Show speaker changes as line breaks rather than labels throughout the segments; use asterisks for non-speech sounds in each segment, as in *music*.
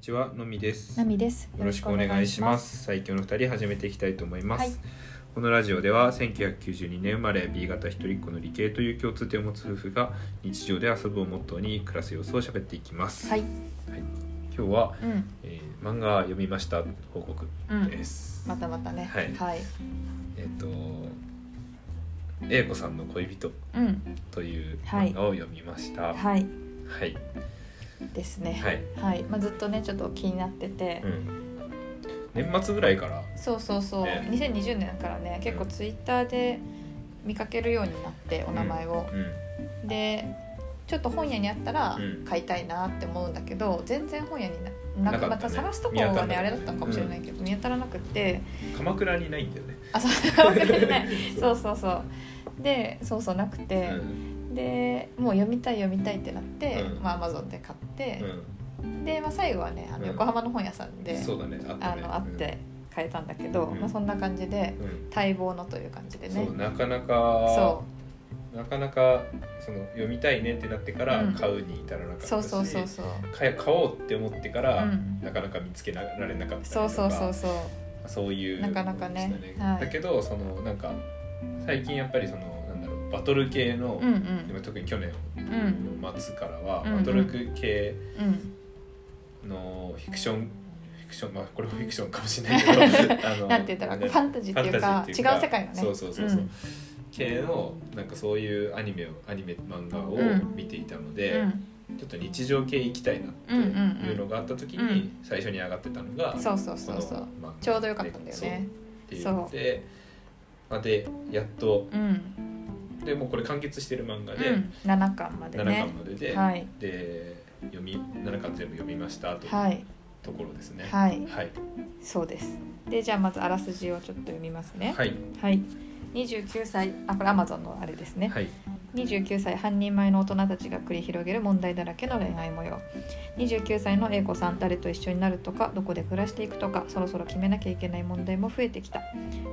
ちは、のみです。
ナ
よ
ミです。
ろしくお願いします。最強の二人始めていきたいと思います。このラジオでは1992年生まれ B 型一人っ子の理系という共通点を持つ夫婦が日常で遊ぶをモットーに暮らす様子を喋っていきます、
はい。
今日は、
うん。
えー漫画読みました報告
うん。
です、
またまたね。
はい
はい。
えっ、と A 子さんの恋人
うん。
という
はい
漫画を読みましたはい
はい。
はい、
ですね。はい。まあ、ずっとね、ちょっと気になってて
う。ん、年末ぐらいから
そうそうそう。
ね
2020年からね、結構ツイッターで見かけるようになって、お名前を。
う
で。ちょっと本屋にあったら
うん
買いたいなって思うんだけど、全然本屋にな
な
な
かったね
また探すとこは
見当たらな
ね
い
あれだったのかもしれないけど、見当たらなくて
ん、鎌倉にないんだよね
あそうわかりない
*laughs* そ
そうそうそうでそうそうなくて、
うん
でもう読みたい読みたいってなって、
うん
まあ、Amazon で買って
う、ん
で、まあ、最後はねあ
う
の
ん
横浜の本屋さんで、
そうだねあった
あ
ね
の会って買えたんだけど、
うん
まあ、そんな感じで
うん、うん
待望のという感じでね
そうなかなか
そ
なかなかその読みたいねってなってから
うん
買うに至らなかったし、
そうそうそうそう
買え買おうって思ってから、
うん
なかなか見つけられなかったりと
そう
か
そうそうそう
そういう
なかなかね
ものでした
はい
だけどそのなんか最近やっぱりそのなんだろうバトル系の、
うんうん
今特に去年
うん
の末からは、
うんうん
バトル系
うん
のフィクションフィクションまあこれもフィクションかもしれないけ
*laughs*
どあの
なんて言ったらフ
ね
ァンタジーっていう
ファン
か
タジーっていうか
違う世界のね
そうそうそうそう系のなんかそういうアニメをアニメ漫画を見ていたの
うんう
で、
ん
ちょっと日常系行きたいなっていうのがあった時
うんうんうん
に最初に上がってたのが、
そうそうそうそ
この
う
漫画
ちょうどよかったんだよね
そうって言ってまあでやっと
うん
でもうこれ完結してる漫画
う
で
ん7巻まで
7
ね
巻までで、
はい
で読み7巻全部読みましたという
はい
ところですね。
はい
はい
そうです。でじゃあまずあらすじをちょっと読みますね。
はい
はい。29歳あこれ Amazon のあれですね、
はい
29歳半人前の大人たちが繰り広げる問題だらけの恋愛模様29歳の A 子さん誰と一緒になるとかどこで暮らしていくとかそろそろ決めなきゃいけない問題も増えてきた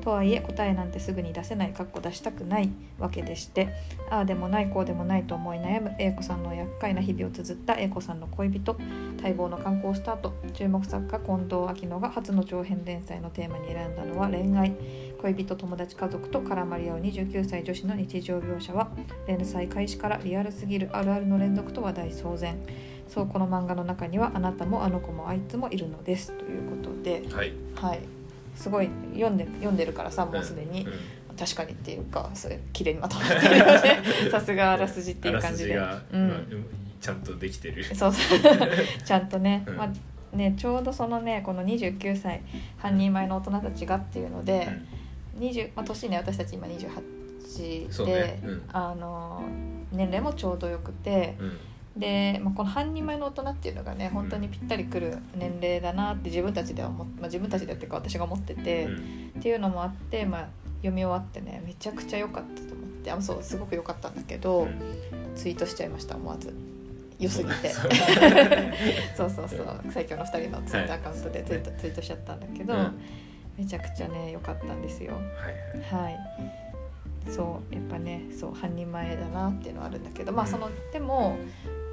とはいえ答えなんてすぐに出せないかっこ出したくないわけでしてああでもないこうでもないと思い悩む A 子さんの厄介な日々を綴った A 子さんの恋人待望の観光スタート注目作家近藤明乃が初の長編連載のテーマに選んだのは恋愛恋人友達家族と絡まり合う29歳女子の日常描写は連載開始からリアルすぎるあるあるの連続と話題騒然そうこの漫画の中にはあなたもあの子もあいつもいるのですということで
はい
はいすごい読んで読んでるからさもうすでに
うん
確かにっていうかそれ綺麗にまとまってるよ
*laughs*
ねさすがあらすじっていう感じで
あらすじが、
うん
まあちゃんとできてる。
そう *laughs* そうちゃんとね、
うん
まあねちょうどそのねこの29歳半人前の大人たちがっていうので、20まあ、年ね私たち今28
そう
で、
ねうん
あの年齢もちょうどよくて
うん
で、まあ、この半人前の大人っていうのがね本当にぴったりくる年齢だなって自分たちでは思っ、まあ、自分たちでっていうか私が思ってて、
うん
っていうのもあって、まあ、読み終わってねめちゃくちゃ良かったと思ってあそうすごく良かったんだけど、
うん
ツイートしちゃいました思わず。良すぎて
そう
*laughs* そうそうそう最強の2人のツイッターアカウントでツイート,、ツイートしちゃったんだけど、
うん
めちゃくちゃね良かったんですよ。
はいはい
はいそうやっぱねそう半人前だなっていうのはあるんだけどまあ
うん
その、でも、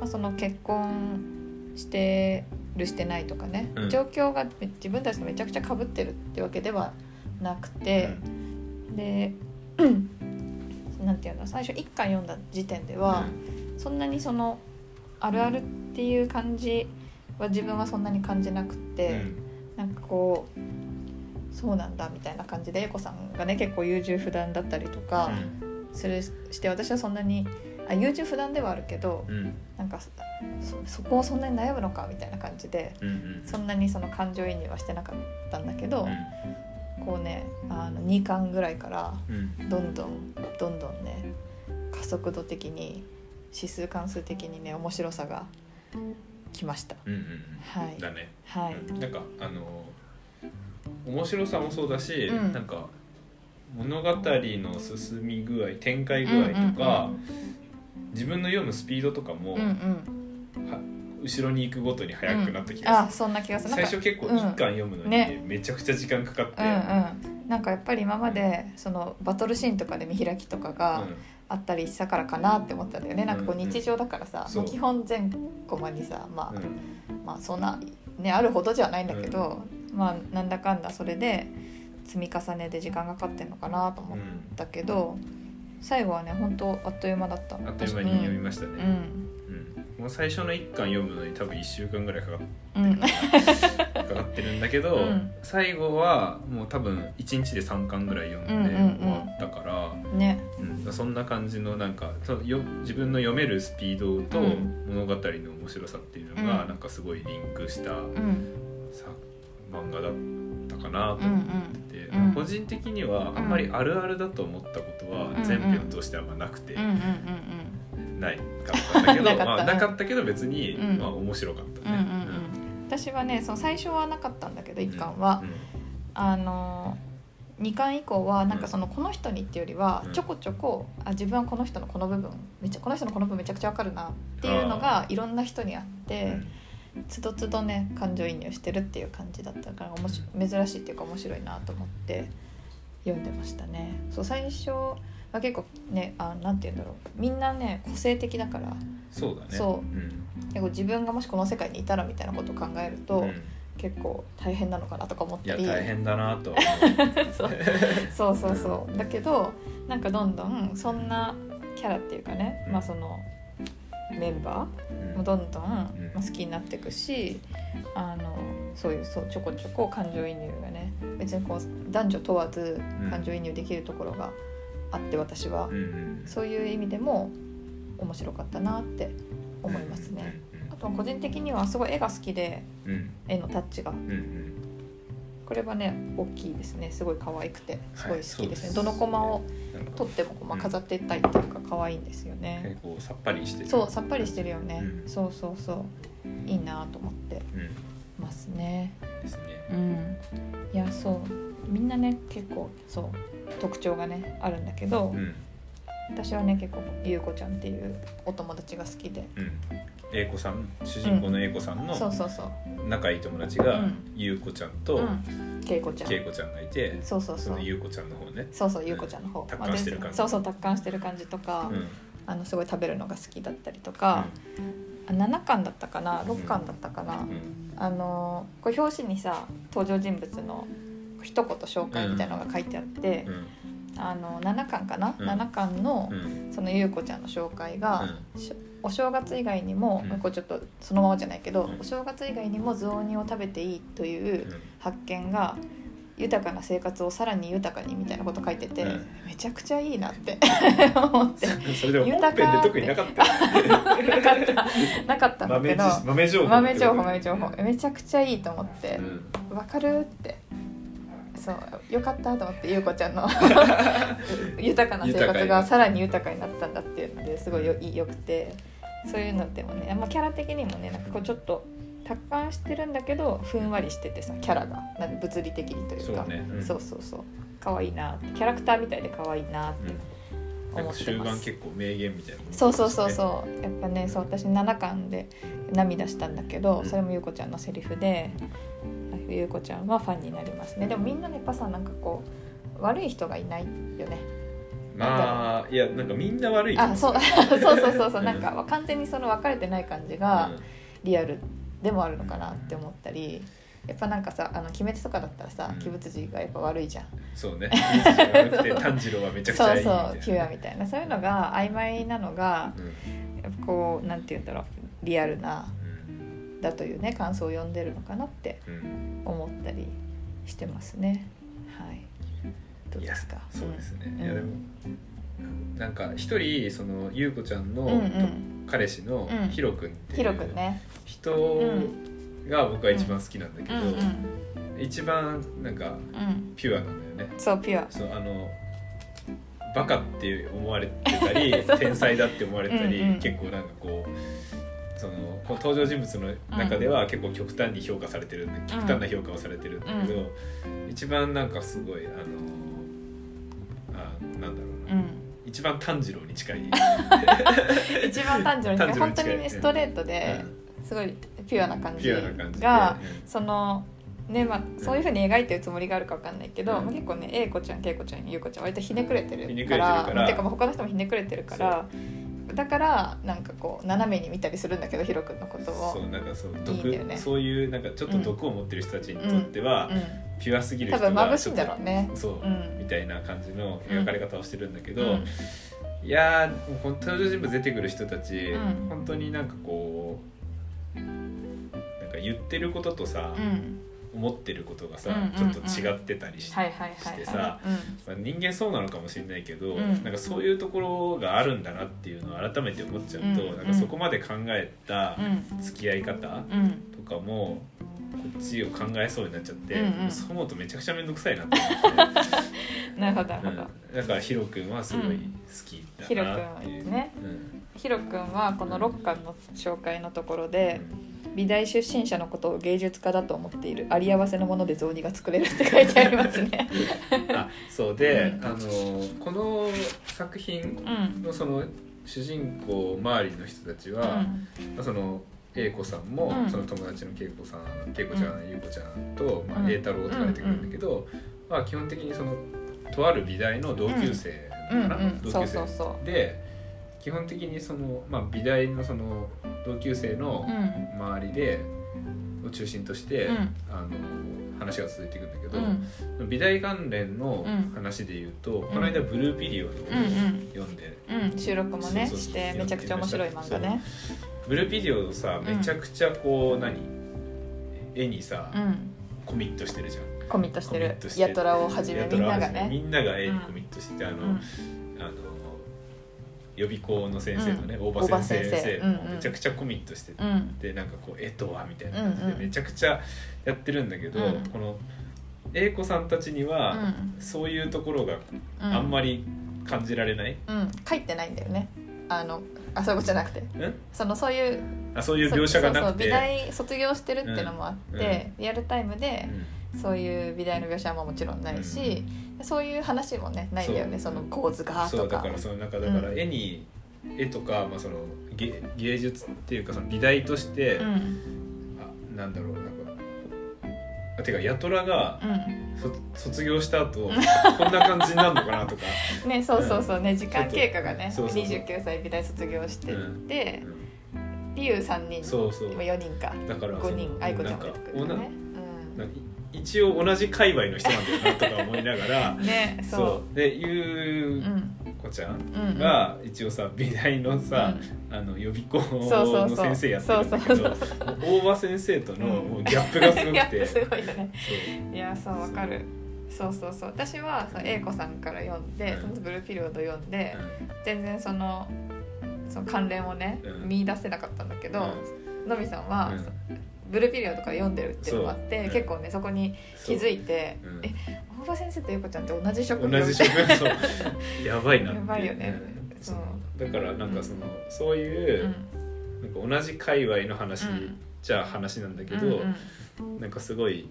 まあ、その結婚してるしてないとかね、
うん
状況がめ自分たちとめちゃくちゃ被ってるってわけではなくて、で *clears throat* なんていうの最初1巻読んだ時点では、そんなにそのあるあるっていう感じは自分はそんなに感じなくて。なんかこうそうなんだみたいな感じで英子さんがね結構優柔不断だったりとかする、して私はそんなにあ優柔不断ではあるけど
うんうん
なんかそそこをそんなに悩むのかみたいな感じで
うんうん
そんなにその感情移入はしてなかったんだけど、
う
こうねあの2巻ぐらいから
んうん
どんどんどんどんね加速度的に指数関数的にね面白さがきました。
うんうん
はい
だね、
はい、
うんなんかあの面白さもそうだし、
うん
なんか物語の進み具合展開具合とか、自分の読むスピードとかも、
うんうん
後ろに行くごとに速くなった気が
あ
す
そんな気がす
る、
るなん
最
か
初結構
うん
一巻読むのに、
ね
めちゃくちゃ時間かかって、
うんうん、なんかやっぱり今までそのバトルシーンとかで見開きとかが
うん
あったりしたからかなって思ったんだよねなんかこう
うんうん
日常だからさ、
そう
もう基本全コマにさ、まあ
うん
まあそんなねあるほどじゃないんだけど、まあなんだかんだそれで積み重ねで時間がかかってんのかなと思
う
っ
ん、
たけど、最後はね本当あっという間だった
あっという間に読み
ま
ました
し
ね、うんもう最初の1巻読むのに多分1週間ぐらいかかっ
うんうん
かかってるんだけど、
うん
最後はもう多分1日で3巻ぐらい読んで
うんうんうん
終わったから、
うんね
うんそんな感じのなんかそうよ自分の読めるスピードと
うん
物語の面白さっていうのが、
うん
なんかすごいリンクした
うん
さ漫画だったかな
うんう
と思
ん
って、
うん
個人的にはあんまりあるあるだと思ったことは
うん
全編通してあんまなくて、
うんうん
ないかったんだけど
*laughs* なかった
まあ、なかったけど別に、
うん
まあ、面白かった
うんうんうん
ね。
うん私はねその最初はなかったんだけど
うん
一巻は、
うん
あの2巻以降はなんかそのこの人にっていうよりは
うん
ちょこちょこあ自分はこの人のこの部分めちゃこの人のこの部分めちゃくちゃわかるなっていうのがいろんな人にあってつどつどね感情移入してるっていう感じだったから面白珍しいっていうか面白いなと思って読んでましたね。そう最初は結構ねあなんて言うんだろうみんなね個性的だから
そうだね
そ
ん
結構自分がもしこの世界にいたらみたいなことを考えると、
うん
結構大変なのかなとか思っ
い
た
や
り
大変だなとは
*laughs* そうそうそうそうだけどなんかどんどんそんなキャラっていうかね、
うん
まあそのメンバー
思
も
う
どんどんま
うん
あ好きになっていくしあのそういうそうちょこちょこ感情移入がね別にこう男女問わず
うん
感情移入できるところがあって私は
うんうん
そういう意味でも面白かったなって思いますね。あとは個人的にはすごい絵が好きで
うんうん
絵のタッチが
うんうん
これはね大きいですねすごい可愛くてすごい好きですね、
はい
どのコマを
なんか
取ってもこうまあ飾っていったいっていうか可愛いんですよね、
結構さっぱりしてる
そうさっぱりしてるよね、
うん
そうそうそういいなと思って
うん
ますね
ですね
うんいやそうみんなね結構そう特徴がねあるんだけど、
うん
私はね結構ゆうこちゃんっていうお友達が好きで
うん英子さん主人公の英子さん
そう
の
そうそう
仲いい友達が
うん
優子ちゃんと
うんけいこちゃん
恵子ちゃんがいて
そうそう
そ
そう
の優子ちゃんの方ね
そうそうゆうこちゃんの方、
達観してる感じ
まあ全然そうそう達観してる感じとか、
うん
あのすごい食べるのが好きだったりとか、あ7巻だったかな6巻だったかな、
うん
あのこう表紙にさ登場人物の一言紹介みたいなのが書いてあって
う、ん
あの7巻かな、
うん
7巻の
うん
その優子ちゃんの紹介が、しお正月以外にも、
うん
こうちょっとそのままじゃないけど、
うん
お正月以外にも雑煮を食べていいという
うん
発見が豊かな生活をさらに豊かにみたいなこと書いてて、
うん
めちゃくちゃいいなって *laughs* 思って
それでも本編で特になかったよね
なかったなかったんだけ
豆知
ど
識豆情報
豆情報豆情報めちゃくちゃいいと思って
うん
「わかる?」ってそうよかったと思って優子ちゃ
*laughs*
んの豊かな生活がさらに豊かになったんだっていうのですごいよいいよくてそういうのでもね、まあ、キャラ的にもねなんかこうちょっと達観してるんだけどふんわりしててさキャラがなんか物理的にという
そ
か
うねうん
そうそうそう可愛いなってキャラクターみたいで可愛いなって
なん
思
か
って
終
ま
盤
す。
結構名言みたいなの
そうそうそうそうやっぱねそう私7巻で涙したんだけどそれもゆうこちゃんのセリフでゆうこちゃんはファンになりますねでもみんなねやっぱさなんかこう悪い人がいないよね
まあいやなんかみんな悪い気
あ
がす
そ
る
うそう *laughs* そうそうそううんなんか完全にその分かれてない感じ
う
が
ん
リアルでもあるのかなって思ったりやっぱなんかさ「あの鬼滅」とかだったらさ
うん
鬼物児がやっぱ悪いじゃん
そうねいい人じゃなくて炭治郎はめちゃくち
そ
ゃい
う
いみ
そ
たいな
うキュアみたいなそういうのが曖昧なのがやっぱこうなんて言うんだろうリアルな
うん
だというね感想を読んでるのかなって
うんうん
思ったりしてますね。はい。どうですか。
そうですね、
ん
いやでもなんか一人その優子ちゃんの、
うん。うんうん。
彼氏の
うん
ヒロ君って
ヒ
い
ロ君
う
ね。
人が僕は一番好きなんだけ
う
ど
ん、うん。
一番なんか
うん。
ピュアなんだよね
そうピュア。
そうあのバカって思われてた
*laughs*
り天才だって思われたり
うんうん
結構なんかこうそのこう登場人物の中では結構極端に評価されてるんで、極端な評価をされてるんだけど、一番なんかすごいあのあなんだろうな、
うん。
一番炭治郎に
*laughs*
近い、
一番単純に
単純
本
に
当
近い
にねストレートで
うん
すごいピュアな感
ピ
じ
ュアな感じで、
が
うん
その。ねまあ、そういうふうに描いてるつもりがあるかわかんないけど、
うん
まあ結構ね A 子ちゃん K 子ちゃんゆうこちゃん割とひねくれてる
ひねく
か
れてる
ら
から
てかまあ他の人もひねくれてるからだからなんかこう斜めに見たりするんだけどヒロ君のこと
そ
を
うなんかそう
いい
毒
んだよね
そういうなんかちょっと毒を持ってる人たちにとっては、
う
ピュアすぎ
ん
る
多
人
分
が
眩しいんだろうね
そう、
うん
みたいな感じの描かれ方をしてるんだけど、
うん
いやーもうこの登場人物出てくる人たち、
うん
本当になんかこうなんか言ってることとさ、
うん
思ってることがさ、
うんうんうん
ちょっと違ってたりして。
はいはいはい
して
は
さ
いうん
まあ人間そうなのかもしれないけど、
うん
なんかそういうところがあるんだなっていうのを改めて思っちゃうと、
うん
なんかそこまで考えた
うん
付き合い方
うん
とかもこっちを考えそうになっちゃって、
うんうん
そう思うとめちゃくちゃ面倒くさいなって思
*laughs*
って、
なるほどなる
う
ほど、
ん、だからヒロ君はすごい好きだなっていう
うんヒロ君ね
うん
ヒロ君はこの6巻の紹介のところで美大出身者のことを芸術家だと思っているあり合わせのもので雑煮が作れるって書いてありま
*laughs*
すね
あそうで、
うん
あのこの作品
うん
のその主人公周りの人たち
う
は、
ん
まあその A 子さんも、
うん
その友達の恵子さん恵子ちゃん、優子ちゃんと、ま
う
あ、
ん
A 太郎とか出てくるんだけど、まあ、基本的にそのとある美大の同級生
う
か
ん
な、
うん
同
そう
級生
そうそう
で基本的にその、まあ、美大のその同級生の
うん
周りでを中心として、
うん
あの話が続いていくんだけ
う
ど、
ん
美大関連の
うん
話で言うと、この間ブルーピリオドを
ん
読んで、
うん収録もね
そうそう
してめちゃくちゃ面白い漫画ね
ブルーピリオドさ
うん
めちゃくちゃこう、何絵にさ、
うん
コミットしてるじゃん。
コミットして
コミ
る
ットしてる
やとらをはじめみんながね
みんなが絵にコミットしてて、あ
う
の、
ん
あの予備校の先生のね、
うん
大場先生
大場先生
も
うんうん
めちゃくちゃコミットしてて
うん
でなんかこう絵とはみたいな感じ
うん
で
うん
めちゃくちゃやってるんだけど、
うん
この英子さんたちに
う
は、
ん
そういうところが
うん
あんまり感じられない、
うん書いてないんだよねあのあそういうことじゃなくて
ん、
そのそういう
あそういう描写がなくて
そうそう美大卒業してるっていうのもあって、リアルタイムで
うん
そういう美大の描写ももちろんないし、そういう話もねないんだよね
そ
そうの構図が
そ
と
うだ
か
からその中だから
う
絵に、絵とか、まあ、その芸芸術っていうかその美大として、
うん
あなんだろうなんかあてか八虎が
う
そ卒業した
*laughs*
後こんな感じになるのかなとか、
んねそうそうそうね時間経過がね
そうそうそう
29歳美大卒業してて、理由3人
そうそう
今4人か
だから
5人
その
愛子ちゃんも
な
出
んか
てく
お
る
な
よ
なん
ね。
かい一応同じ界隈の人なんだよなとか思いながら
うんね
そう
*laughs* そ
で
う。
ゆ
う
うん子ちゃん
うん
が一応さ美大のさ、あの予備校の先生やってるんだけ
そ
ど
う
大場先生との
うん
もうギャップがす
う *laughs*
ご
ん、いや
くて。
す
そう
ごいよねいやそうわかるそうそうそう私はその A 子さんから読んで、
うん
そのブルーピリオド読んで、全然そのその関連をね、
うん
見出せなかったんだけど、のみさんは、
うん
ブルーピリオドから読んでるっていうのもあっ
そう
て、
うん
結構ねそこに気づ
い
いて
うん
「え大場先生とゆうこちゃんって同じ職
同
業みた
じ
いな
職業そうやばいなって
*laughs* やばいよね
うん
そう
だからなんかその、そういうう、
ん
なんか同じ界隈の話、
うん
じゃあ話なんだけ
うん
ど、なんかすごい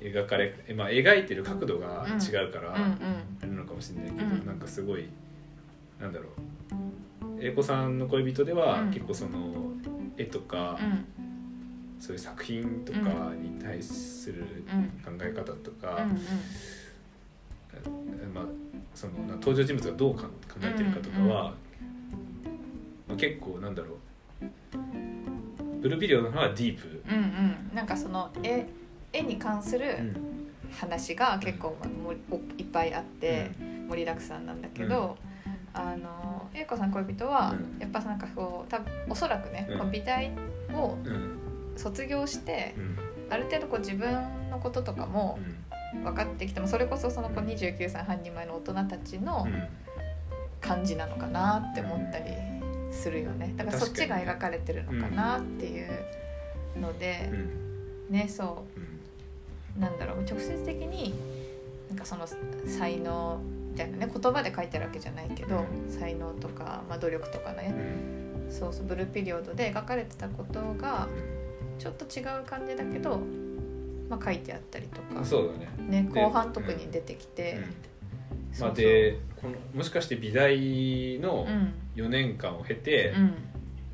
描かれ、まあ、描いてる角度が違うから、
うんうん
あれなのかもしれないけど、
うん
なんかすごいなんだろう英子さんの恋人では、
うん
結構その絵とか、
うん
そういう作品とかに対する
うん
考え方と
う
か、
ん
まあ、そのな登場人物がどうか考えてるかとかは、
うんうん
まあ、結構なんだろうブルービリオの方はディープ、
うんうんなんかその絵絵に関する話が結構もういっぱいあって、盛りだくさんなんだけど、あの英子さん恋人は、
うん
やっぱなんかこう多分おそらくね、
うん
こう美大を
うんうん
卒業して
うん
ある程度こう自分のこととかも分かってきてもそれこそその子
うん
29歳半人前の大人たちの
うん
感じなのかなって思ったりするよねだからそっちが
確かに
描かれてるのかなっていうので
う、ん
ねそ
うん
うなんだろう直接的になんかその才能みたいなね言葉で書いてあるわけじゃないけど、
う
才能とか、まあ、努力とかね、
うん
そうそうブルーピリオドで描かれてたことがちょっと違う感じだけど、まあ、書いてあったりと
あ
か、
そうだね、
ね、
で
後半特に出てきて、
うん
そ
ま
う
あ、でこのもしかして美大の
そううん
4年間を経て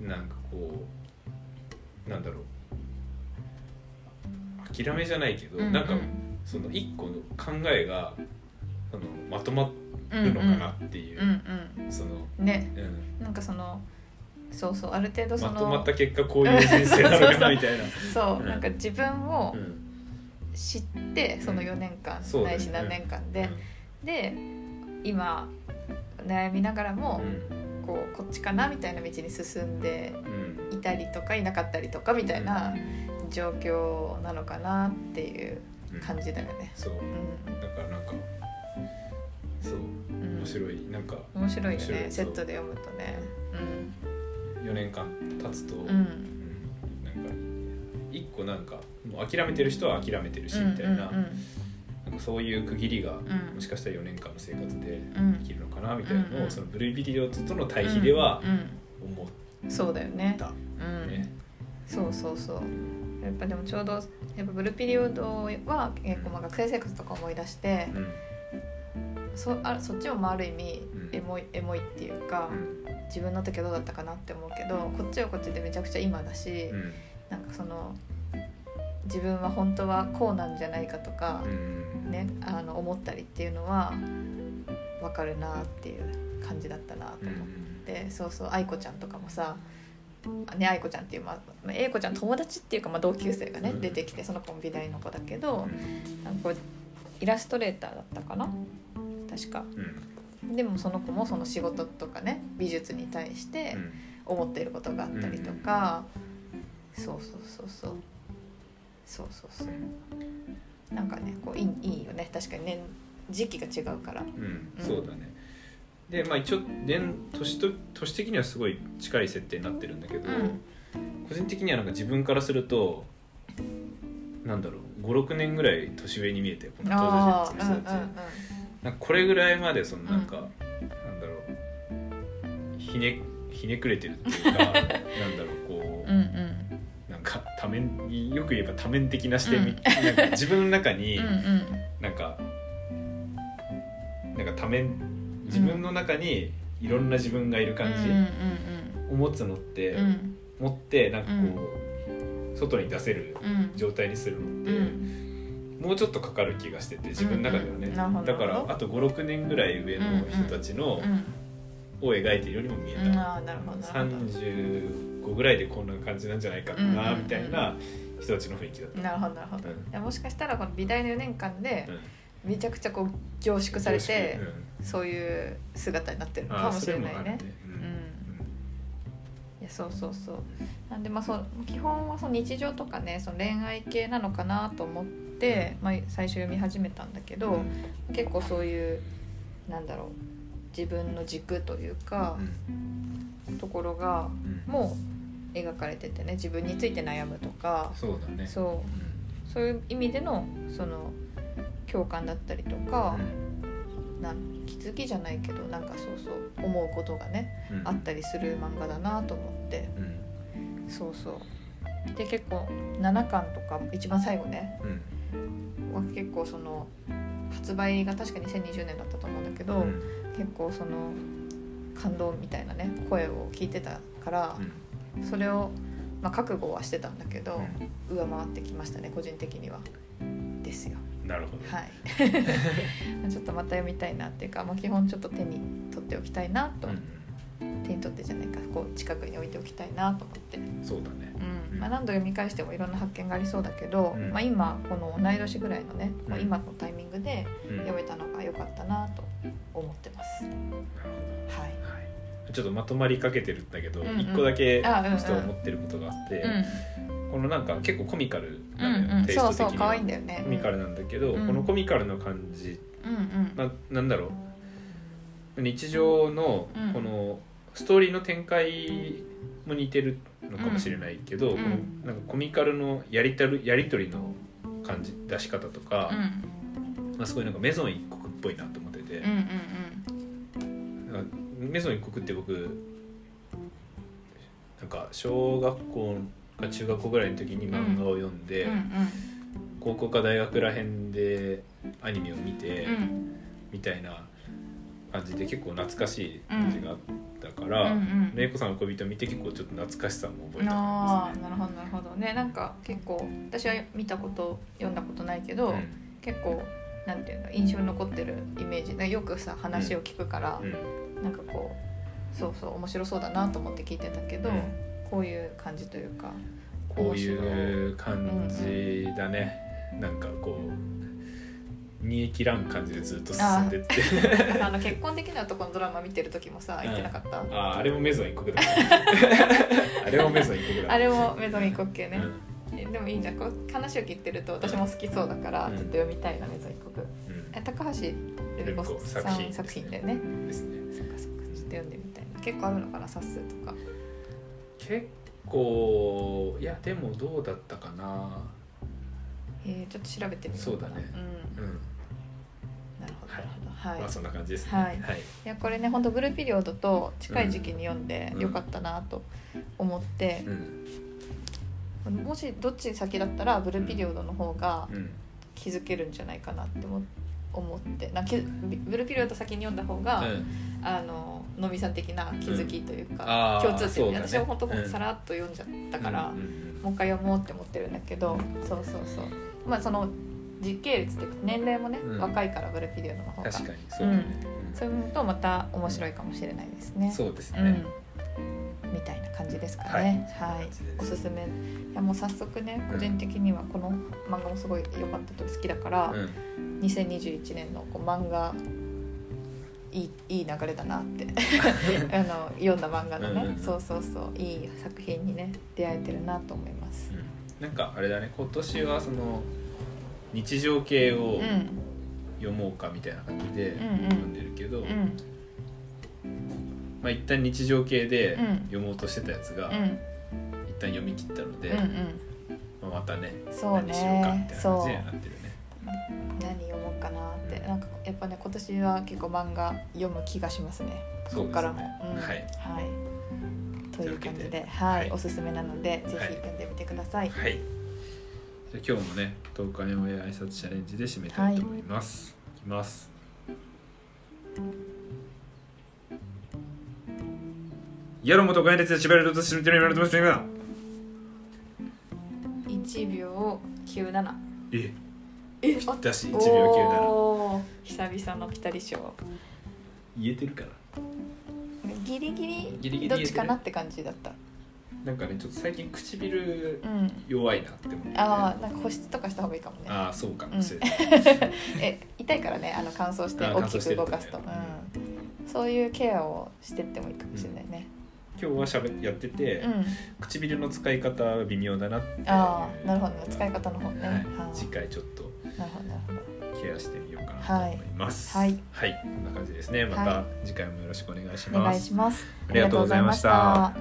う、ん
なんかこうなんだろう諦めじゃないけど、
うん
なんかその一個の考えがそのまとまるのかなっていう、
うんうん
その、
うんね
うん
なんかそのそうそうある程度そ
ま
の、
とまった結果こういう人生なのかなみたいな
*laughs* そううんなんか自分を
うん
知ってその4年間、
そうだ
な
よ
い
ね
し何年間で、で今悩みながらも、こうこっちかなみたいな道に進んで
うんうん
いたりとかいなかったりとかみたいな状況なのかなっていう
うん
感じだよね。
そう
う
だからなんかそうん
うん、
面白いなんか
面白い
面
よ
白
ね
い
セットで読むとね。
4年間経つと、
うん、
う
うんん、
なんか一個なんかもう諦めてる人は諦めてるし
うん
みたいな,、
うんうん
なんかそういう区切りが
うん
もしかしたら4年間の生活で
うん
できるのかなみたいなのを、
うんうん
そのブルービデオとの対比では
うん
思っ
うんそうだよね。
たね。
うん、そうそうそうやっぱでもちょうどやっぱブルーピリオドは結構まあ学生生活とか思い出して
うん
そあそっちもある意味
うん
エモいエモいっていうか
うん
自分の時はどうだったかなって思うけどこっちはこっちでめちゃくちゃ今だし
うん
なんかその自分は本当はこうなんじゃないかとか
うん
ねあの思ったりっていうのは分かるなっていう感じだったなと
う
思って。
ん
でそうそう愛子ちゃんとかもさね愛子ちゃんっていうまあまあ英子ちゃん友達っていうか、まあ、同級生がね
うん
出てきてその子も美大の子だけどなんかこうイラストレーターだったかな確か
うん
でもその子もその仕事とかね美術に対して思っていることがあったりとか、そうそうそうそうそうそうそうなんかねこういいいいよね確かに年時期が違うから
うんうんそうだねでまあ一応年年と年的にはすごい近い設定になってるんだけど、
うん
個人的にはなんか自分からするとなんだろう56年ぐらい年上に見えてこの登場
あ
人
あ
物の人たちなんかこれぐらいまでそのなんか、なんだろうひねひねくれてるっていうかなんだろうこうん
ううんうんうん
なんか多面よく言えば多面的な視点み、
うん
なんか自分の中
*laughs*
に
うんうん
なんか、なんか多面自分の中にいろんな自分がいる感じ、
うん
を持つのって、
うんうんうん
持ってなんかこう、外に出せる
うん
状態にするのって、もうちょっとかかる気がしてて自分の中ではね、
うんうんなるほど
だからあと56年ぐらい上の人たちの、を描いてるよりも見え
うん
た、
ああなるほどなるほ
35ぐらいでこんな感じなんじゃないか
うんうん
な、
うん
みたいな人たちの雰囲気だった。
どなるほどなるほど、
うん
いやもしかしたらこの美大の4年間で
うん
めちゃくちゃこう凝縮されて
うん、
そういう姿になってるの
あ
か
あ
もし
そ
れ
も
な
ある
いね。うんいやそうそうそうなんでまあそう基本はその日常とかねその恋愛系なのかなと思って、まあ、最初読み始めたんだけ
う
ど、
ん
結構そういうなんだろう自分の軸というか
う、ん
ところが
うん
もう描かれててね自分について悩むとか
そうだね
そううそういう意味でのその共感だったりとか
ん、
なん気づきじゃないけどなんかそうそう思うことがね
うんうん
あったりする漫画だなと思って
うん
そうそうで結構7巻とか一番最後ね
うん
は結構その発売が確か2020年だったと思うんだけど、
うん
結構その感動みたいなね声を聞いてたから
う、ん
それを、まあ、覚悟はしてたんだけど、
うん
上回ってきましたね個人的にはですよ
なるほど
はい
*laughs*
ちょっとまた読みたいなっていうか、まあ、基本ちょっと手に取っておきたいなと、
う
手に取ってじゃないかこう近くに置いておきたいなと思って、うん
んそうだね
まあ、何度読み返してもいろんな発見がありそうだけど、
うん
まあ、今この同い年ぐらいのね、
うん
今のタイミングで
うん
読めたのが良かったなと思ってます、
なるほど
はい
はいちょっとまとまりかけてるんだけど、
う
一
んうん
個だけち
あうんう
ょ
ん
っと思ってることがあって、
う
このなんか結構コミカル
ん
なのよ、
うんうん
テイスト
そう
的に
そ
は
う可愛いんだよね
コミカルなんだけど、
うん
このコミカルの感じ
うんうん
ななんだろう日常の
うん
このストーリーの展開も似てるのかもしれないけど、
うん
このなんかコミカルのやりたるやり取りの感じ出し方とか、まあ、すごいなんかメゾン一国っぽいなと思ってて、
うんうん
なんかメゾン一国って僕なんか小学校か中学校ぐらいの時に漫画を読んで、
うんうん
高校か大学らへんでアニメを見て、
うんうん
みたいな感じで結構懐かしい感じがあったから、
うんうん
めいこさんの恋人見て結構ちょっと懐かしさも覚えた
あ
感
ー
じですね。
なるほどなるほどねなんか結構私は見たこと読んだことないけど、
うん
結構なんていうの印象に残ってるイメージなんかよくさ話を聞くから
う、ん
なんかこうそうそう面白そうだなと思って聞いてたけど、
うん
こういう感じという
*laughs*
か
こういう感じだね、なんかこう煮え切らん感じでずっと進んでって
なんかさあの結婚できない男のドラマ見てる時もさ言ってなかった、
*laughs* あああれもメゾン一国だあれもメゾン一国だ
あれもメゾン一国系ね
う、ん
えでもいいじゃんこう話を聞いてると私も好きそうだから
う
ち
ん
ょっと読みたいなメゾン一
う
国
ん
え高橋留美子さん
作品
作品だよね
ですね
そっかそっかちょっと読んでみたいな結構あるのかな冊数とか
結構いやでもどうだったかな
えー、ちょっと調べてみようか
そ
な
うだね
うん
うん
なるほどなるほどはい、
まあ
い
そんな感じですね
はい
はい
やこれねほんとブルーピリオドと近い時期に読んで
うん
よかったなと思って
う、ん
もしどっち先だったらブルーピリオドの方が
うん
気づけるんじゃないかなって思思ってなんかけブルーピリオド先に読んだ方が、
うん
あののみさん的な気づきという
うん
か
あ、ー
共通点
そう
で、
だね
私は本当
うん
さらっと読んじゃったから、
うんうん
もう一回読もうって思ってるんだけど、そうそうそうまあその時系列っていうか年齢もね、
うん
若いからブルーピリオドの
う
方
ん
が
確かにそうだねうん
そういうのとまた面白いかもしれないですね。
そうです
うん
ね
みたいな感じですかね。はい、
いそんな感じです
おすすめ。いやもう早速ね、個人的にはこの漫画もすごい良かったと好きだから、
うん
2021年のこう漫画いいいい流れだなって
*laughs*
あの読んだ漫画のね、
うんうんうん
そうそうそういい作品にね出会えてるなと思います。
なんかあれだね今年はその日常系
う
を
ん
読もうかみたいな感じで
んうん
読んでるけど、
うん
まあ一旦日常系で
うん
読もうとしてたやつが、
うん
一旦読み切ったので、
うん
まあ、またね
うんそう
何しようかみ
ね
たいな感
そ
じ
う
にはなってるね
何読もうかなってなんかやっぱね今年は結構漫画読む気がしますね
そうですね
ここからも。うん
はい
はいという感じ
というわけ
で
で
はい、
はい
おすすめなのでぜひ
はい
読んでみてください。
はいじゃあ今日もね「10日目親挨拶チャレンジ」で締めたいと思います、いきますやろもとかえでしばらくとしめてるようになってましたが
1秒97
え
えあ
だし1秒級なら
おー久々のピタリ賞
言えてるから
ギリギリ
ギリギリ
どっちかなって感じだった
なんかねちょっと最近唇
うん
弱いなって思って
ああなんか保湿とかした方がいいかもね
あーそうかもしれない、
え痛いからねあの乾燥して
あー
大きく動かすと、
乾燥してる
うん、そういうケアをしてってもいいかもしれないね
今日はしゃべやってて、
うん、
唇の使い方は微妙だなって
ああなるほどね使い方の方ね、
はい
は
次
い
回ちょっと
なるほどなるほど
ケアしてみようかなと思います
はい、
はいこんな感じですねま
は
た次回もよろしくお願いし
お
ま
願い
す
します
ありがとうございました